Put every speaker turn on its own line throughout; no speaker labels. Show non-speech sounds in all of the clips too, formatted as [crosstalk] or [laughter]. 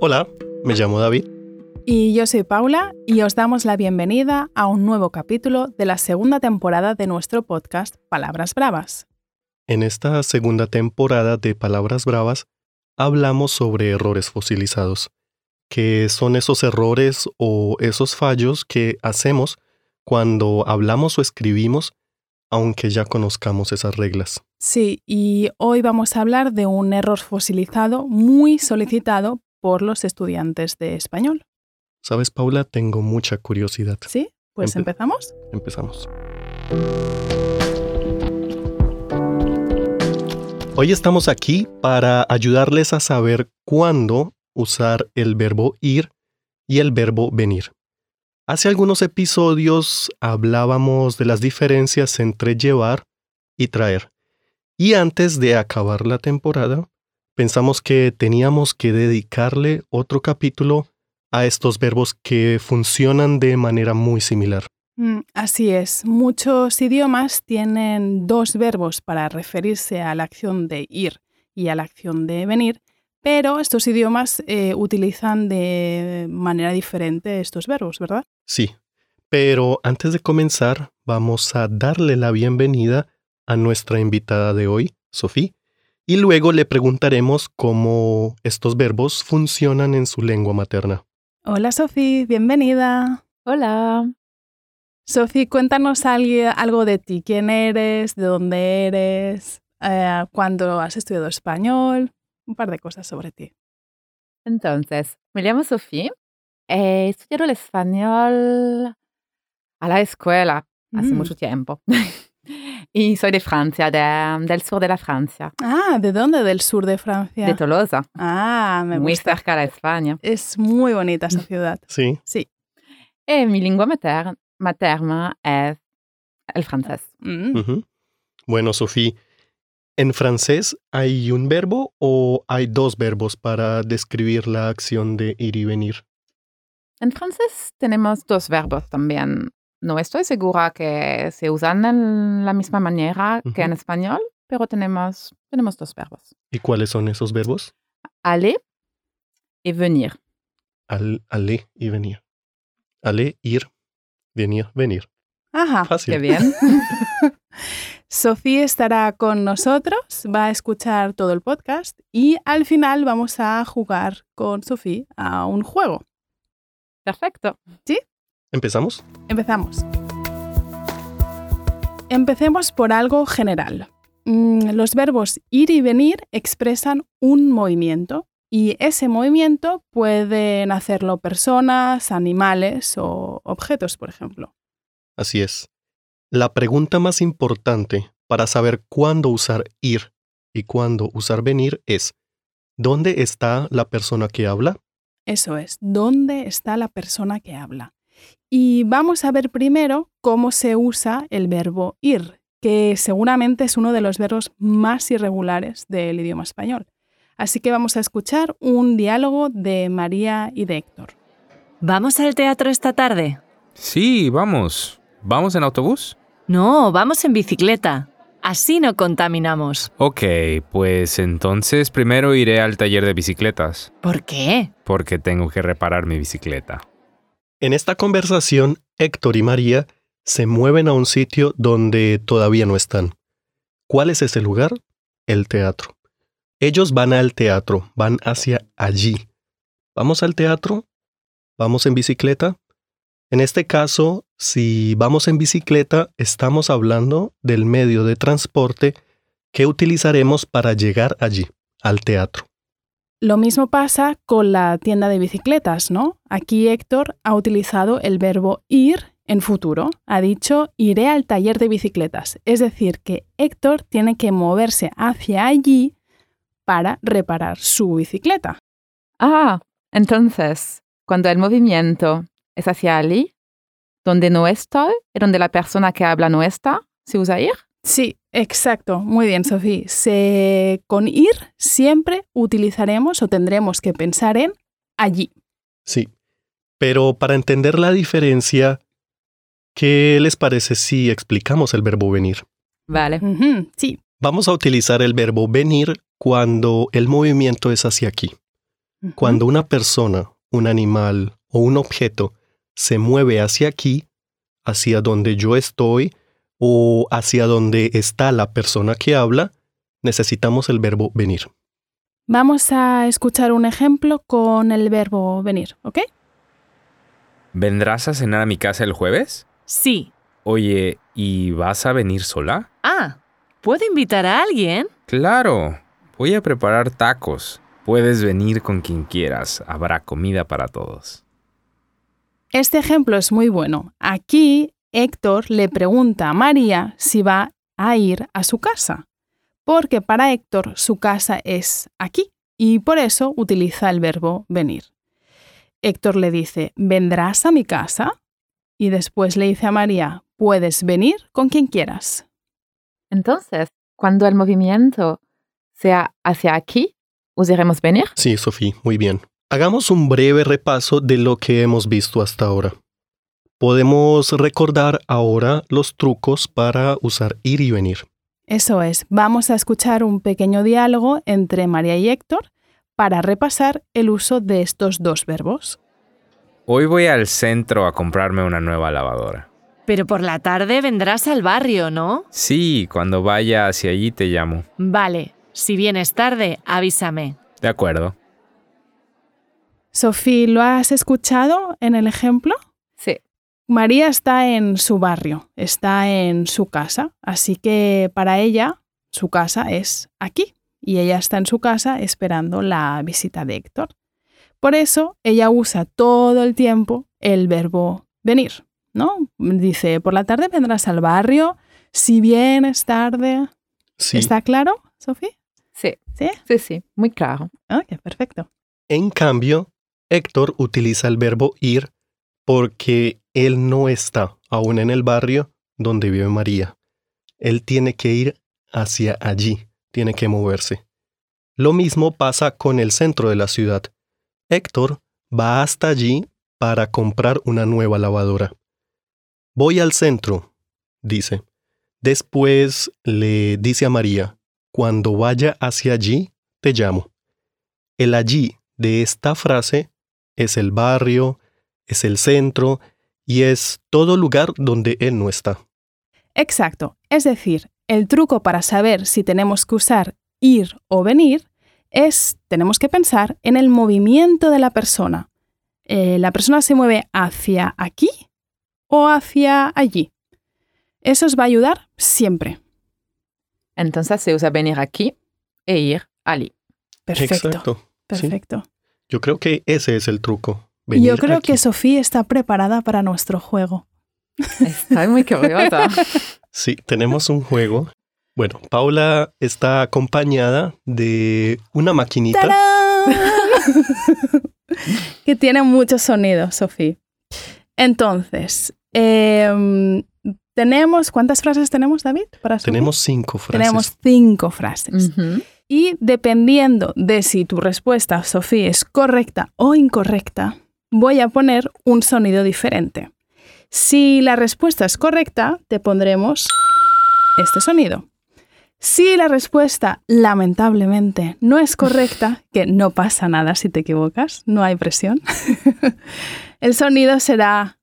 Hola, me llamo David.
Y yo soy Paula y os damos la bienvenida a un nuevo capítulo de la segunda temporada de nuestro podcast Palabras Bravas.
En esta segunda temporada de Palabras Bravas hablamos sobre errores fosilizados, que son esos errores o esos fallos que hacemos cuando hablamos o escribimos, aunque ya conozcamos esas reglas.
Sí, y hoy vamos a hablar de un error fosilizado muy solicitado por los estudiantes de español.
Sabes, Paula, tengo mucha curiosidad.
¿Sí? Pues
Empe-
empezamos.
Empezamos. Hoy estamos aquí para ayudarles a saber cuándo usar el verbo ir y el verbo venir. Hace algunos episodios hablábamos de las diferencias entre llevar y traer. Y antes de acabar la temporada, pensamos que teníamos que dedicarle otro capítulo a estos verbos que funcionan de manera muy similar.
Mm, Así es, muchos idiomas tienen dos verbos para referirse a la acción de ir y a la acción de venir, pero estos idiomas eh, utilizan de manera diferente estos verbos, ¿verdad?
Sí, pero antes de comenzar, vamos a darle la bienvenida a nuestra invitada de hoy, Sofía, y luego le preguntaremos cómo estos verbos funcionan en su lengua materna.
Hola Sofi, bienvenida.
Hola,
Sofi, cuéntanos algu- algo de ti, quién eres, de dónde eres, eh, cuándo has estudiado español, un par de cosas sobre ti.
entonces, me llamo Sofía. He estudiado el español a la escuela hace
Mm.
mucho tiempo. [laughs] y soy de Francia, de- del sur de la Francia,
Ah, ¿de dónde? Del sur de Francia.
de Tolosa,
ah, me
muy
gusta.
cerca Mm. de España.
Es muy bonita esa ciudad.
Sí,
Sí.
Y mi lengua mater- materna es el francés.
Mm.
ujú. bueno, Sofía, ¿en francés hay un verbo o hay dos verbos para describir la acción de ir y venir?
En francés tenemos dos verbos también. No estoy segura que se usan en la misma manera que en
Ujú.
español, pero tenemos, tenemos dos verbos.
¿Y cuáles son esos verbos?
Aller y venir.
Al, ale y venir. Ale, ir, venir, venir.
Ajá.
Fácil.
Ah, Qué bien.
Sofía estará con nosotros, va a escuchar todo el podcast y al final vamos a jugar con Sofía a un juego.
Perfecto.
¿Empezamos?
Empezamos. Empecemos por algo general. Mm, Los verbos ir y venir expresan un movimiento y ese movimiento pueden hacerlo personas, animales o objetos, por ejemplo.
Así es. La pregunta más importante para saber cuándo usar ir y cuándo usar venir es, ¿dónde está la persona que habla?
Eso es, ¿dónde está la persona que habla? Y vamos a ver primero cómo se usa el verbo ir, que seguramente es uno de los verbos más irregulares del idioma español. Así que vamos a escuchar un diálogo de María y de Héctor.
¿Vamos al teatro esta tarde?
Sí, vamos. ¿Vamos en autobús?
No, vamos en bicicleta. Así no contaminamos.
Ok, pues entonces primero iré al taller de bicicletas,
¿Por qué?
porque tengo que reparar mi bicicleta.
En esta conversación, Héctor y María se mueven a un sitio donde todavía no están. ¿Cuál es ese lugar? El teatro. Ellos van al teatro, van hacia allí. ¿Vamos al teatro? ¿Vamos en bicicleta? En este caso, si vamos en bicicleta, estamos hablando del medio de transporte que utilizaremos para llegar allí, al teatro.
Lo mismo pasa con la tienda de bicicletas, ¿no? Aquí Héctor ha utilizado el verbo ir en futuro. Ha dicho iré al taller de bicicletas. Es decir, que Héctor tiene que moverse hacia allí para reparar su bicicleta.
Ah, entonces, cuando el movimiento es hacia allí, donde no estoy y donde la persona que habla no está, ¿se usa ir?
Sí, exacto. Muy bien, Sofía. Se- Con ir siempre utilizaremos o tendremos que pensar en allí.
Sí. Pero para entender la diferencia, ¿qué les parece si explicamos el verbo venir?
Vale.
Ujú, sí,
Vamos a utilizar el verbo venir cuando el movimiento es hacia aquí.
Ujú.
Cuando una persona, un animal o un objeto se mueve hacia aquí, hacia donde yo estoy o hacia donde está la persona que habla, necesitamos el verbo venir.
Vamos a escuchar un ejemplo con el verbo venir, ¿ok?
¿Vendrás a cenar a mi casa el jueves?
Sí.
Oye, ¿y vas a venir sola?
Ah, ¿puedo invitar a alguien?
Claro, voy a preparar tacos. Puedes venir con quien quieras, habrá comida para todos.
Este ejemplo es muy bueno. Aquí Héctor le pregunta a María si va a ir a su casa, porque para Héctor su casa es aquí y por eso utiliza el verbo venir. Héctor le dice, ¿vendrás a mi casa? Y después le dice a María, puedes venir con quien quieras.
Entonces, cuando el movimiento sea hacia aquí, usaremos venir.
Sí, Sofía, muy bien. Hagamos un breve repaso de lo que hemos visto hasta ahora. Podemos recordar ahora los trucos para usar ir y venir.
Eso es, vamos a escuchar un pequeño diálogo entre María y Héctor para repasar el uso de estos dos verbos.
Hoy voy al centro a comprarme una nueva lavadora.
Pero por la tarde vendrás al barrio, ¿no?
Sí, cuando vaya hacia allí te llamo.
Vale, si vienes tarde, avísame.
De acuerdo.
Sofía, ¿lo has escuchado en el ejemplo?
Sí.
María está en su barrio, está en su casa, así que para ella su casa es aquí y ella está en su casa esperando la visita de Héctor. Por eso ella usa todo el tiempo el verbo venir, ¿no? Dice, por la tarde vendrás al barrio, si vienes tarde.
Sí.
¿Está claro, Sofía?
Sí.
¿Sí?
Sí, sí, muy claro.
Ok, Ah, perfecto.
En cambio, Héctor utiliza el verbo ir porque él no está aún en el barrio donde vive María. Él tiene que ir hacia allí, tiene que moverse. Lo mismo pasa con el centro de la ciudad. Héctor va hasta allí para comprar una nueva lavadora. Voy al centro, dice. Después le dice a María, cuando vaya hacia allí, te llamo. El allí de esta frase es el barrio, es el centro y es todo lugar donde él no está.
Exacto. Es decir, el truco para saber si tenemos que usar ir o venir es, tenemos que pensar en el movimiento de la persona. Eh, ¿La persona se mueve hacia aquí o hacia allí? Eso os va a ayudar siempre.
Entonces se usa venir aquí e ir allí.
Perfecto.
Exacto.
Perfecto.
Yo creo que ese es el truco.
Yo
venir
creo
aquí.
que Sofía está preparada para nuestro juego.
Estoy muy curiosa.
Sí, tenemos un juego. Bueno, Paula está acompañada de una maquinita.
¡Tarán! [laughs] que tiene mucho sonido, Sofía. Entonces, em, tenemos, ¿cuántas frases tenemos, David? Para Sofía?
Tenemos cinco frases.
Tenemos cinco frases.
[laughs] Ujú.
Y dependiendo de si tu respuesta, Sofía, es correcta o incorrecta, voy a poner un sonido diferente. Si la respuesta es correcta, te pondremos este sonido. Si la respuesta, lamentablemente, no es correcta, que no pasa nada si te equivocas, no hay presión, [laughs] el sonido será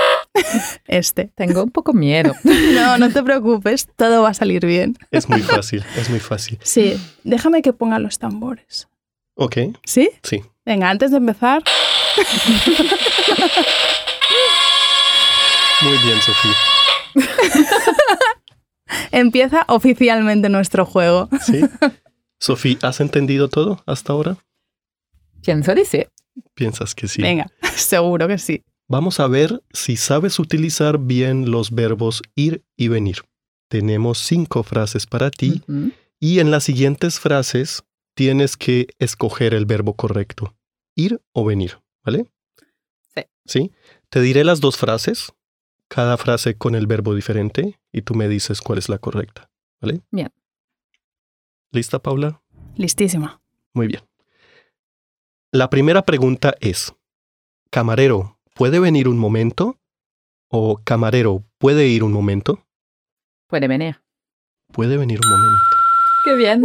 [laughs] este.
Tengo un poco miedo.
No, no te preocupes, todo va a salir bien.
Es
[laughs]
muy fácil, es muy fácil.
Sí, déjame que ponga los tambores.
Ok,
¿Sí?
sí.
Venga, antes de empezar,
Muy bien, Sofía.
empieza oficialmente nuestro juego. [laughs]
Sí. Sofía, ¿has entendido todo hasta ahora?
Pienso de sí.
Piensas que sí.
Venga, [laughs] seguro que sí.
Vamos a ver si sabes utilizar bien los verbos ir y venir. Tenemos cinco frases para ti
Ujú.
y en las siguientes frases tienes que escoger el verbo correcto, ir o venir, ¿vale?
Sí.
Sí. Te diré las dos frases, cada frase con el verbo diferente y tú me dices cuál es la correcta, ¿vale?
Bien.
¿Lista, Paula?
Listísima.
Muy bien. La primera pregunta es, camarero, ¿puede venir un momento? ¿O camarero, ¿puede ir un momento?
Puede venir.
[laughs]
Puede venir un momento.
Qué bien.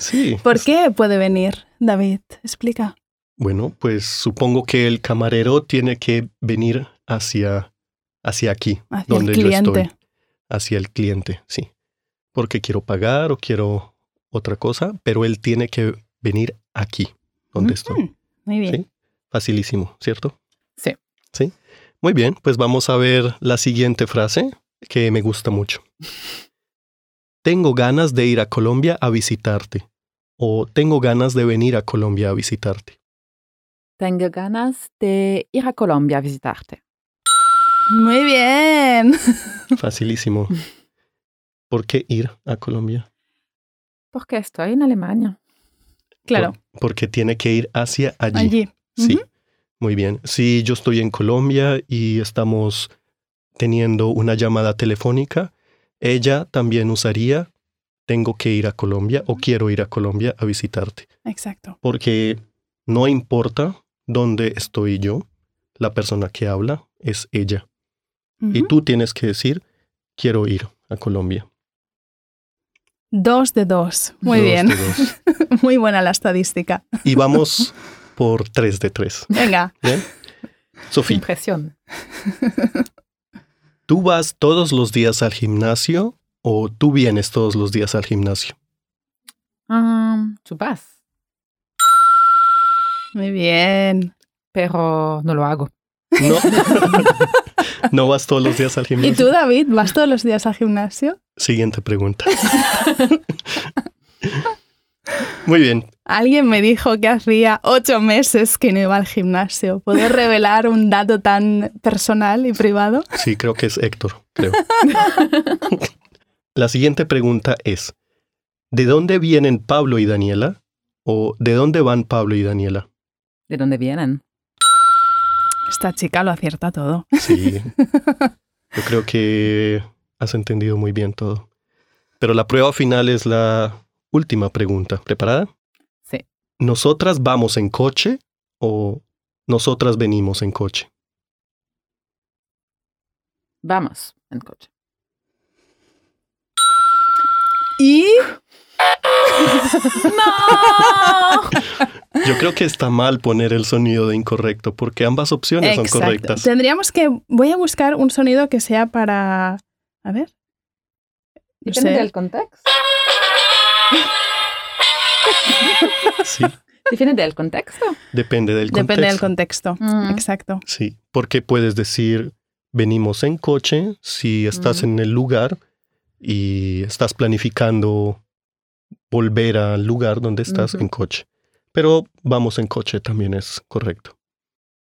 Sí.
¿Por qué puede venir, David? Explica.
Bueno, pues supongo que el camarero tiene que venir hacia, hacia aquí,
Hacia el
donde yo estoy.
cliente.
hacia el cliente, sí. Porque quiero pagar o quiero otra cosa, pero él tiene que venir aquí, donde estoy.
Ujú, Mm, Muy bien.
Sí. Facilísimo, ¿cierto?
Sí.
Sí. Muy bien, pues vamos a ver la siguiente frase que me gusta
[laughs]
mucho. Tengo ganas de ir a Colombia a visitarte. O tengo ganas de venir a Colombia a visitarte.
Tengo ganas de ir a Colombia a visitarte.
Muy bien. [laughs]
Facilísimo. ¿Por qué ir a Colombia?
Porque Pues estoy en Alemania.
Claro,
Por- porque tiene que ir hacia
allí.
Sí,
Ujú.
muy bien. Si yo estoy en Colombia y estamos teniendo una llamada telefónica, ella también usaría tengo que ir a Colombia o quiero ir a Colombia a visitarte,
Exacto.
porque no importa dónde estoy yo, la persona que habla es ella. Y
Ujú.
tú tienes que decir quiero ir a Colombia.
Dos de dos. Muy
Dos
bien.
de dos.
[laughs] Muy buena la estadística.
Y vamos por tres de tres.
Venga.
¿Bien? Sofía.
Impresión.
¿Tú vas todos los días al gimnasio o tú vienes todos los días al gimnasio?
Ah, tú vas,
Muy bien.
pero no lo hago.
[laughs]
No. no vas todos los días al
¿Y
gimnasio.
tú, David, vas todos los días al gimnasio?
Siguiente pregunta. Muy bien.
Alguien me dijo que hacía ocho meses que no iba al gimnasio. ¿Puedo revelar un dato tan personal y privado?
Sí, creo que es Héctor, creo. La siguiente pregunta es: ¿De dónde vienen Pablo y Daniela? ¿O de dónde van Pablo y Daniela?
¿De dónde vienen?
Esta chica lo acierta todo.
Sí. Yo creo que has entendido muy bien todo. Pero la prueba final es la última pregunta. ¿Preparada?
Sí.
¿Nosotras vamos en coche o nosotras venimos en coche?
Vamos en coche.
Y
¡No!
Yo creo que está mal poner el sonido de incorrecto porque ambas opciones son
Exacto.
correctas.
Tendríamos que. Voy a buscar un sonido que sea para. A ver. No
Depende
sé.
del contexto.
Sí,
Depende del contexto.
depende del contexto.
Depende del contexto.
Mm.
Exacto.
Sí, porque puedes decir venimos en coche si estás
Ujú.
en el lugar y estás planificando volver al lugar donde estás
Ujú.
en coche. Pero vamos en coche también es correcto.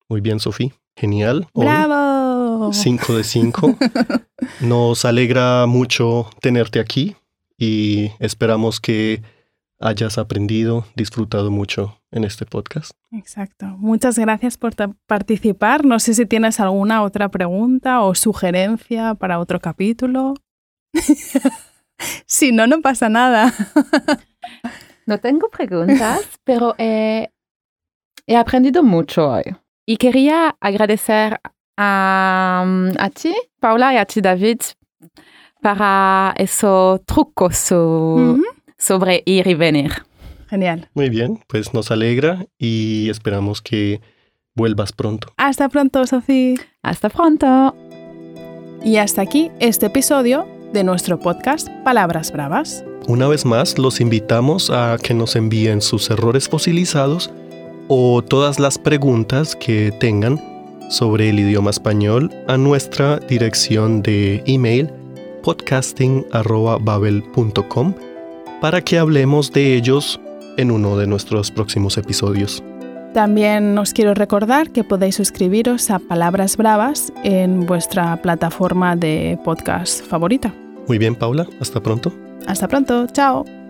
Muy bien, Sofía. Genial. Hoy,
¡Bravo!
5 de
[laughs]
5. Nos alegra mucho tenerte aquí y esperamos que hayas aprendido, disfrutado mucho en este podcast.
Exacto. Muchas gracias por ta- participar. No sé si tienes alguna otra pregunta o sugerencia para otro capítulo. [laughs] si no, no pasa nada.
No tengo preguntas, [laughs] pero eh, he aprendido mucho hoy. Y quería agradecer a, a ti, Paula, y a ti, David, para esos trucos so-
Ujú.
sobre ir y venir.
Genial.
Muy bien, pues nos alegra y esperamos que vuelvas pronto.
Hasta pronto, Sofi.
Hasta pronto.
Y hasta aquí este episodio de nuestro podcast Palabras Bravas.
Una vez más, los invitamos a que nos envíen sus errores fosilizados o todas las preguntas que tengan sobre el idioma español a nuestra dirección de email podcasting.babel.com para que hablemos de ellos en uno de nuestros próximos episodios.
También os quiero recordar que podéis suscribiros a Palabras Bravas en vuestra plataforma de podcast favorita.
Muy bien, Paula, hasta pronto.
Hasta pronto, chao.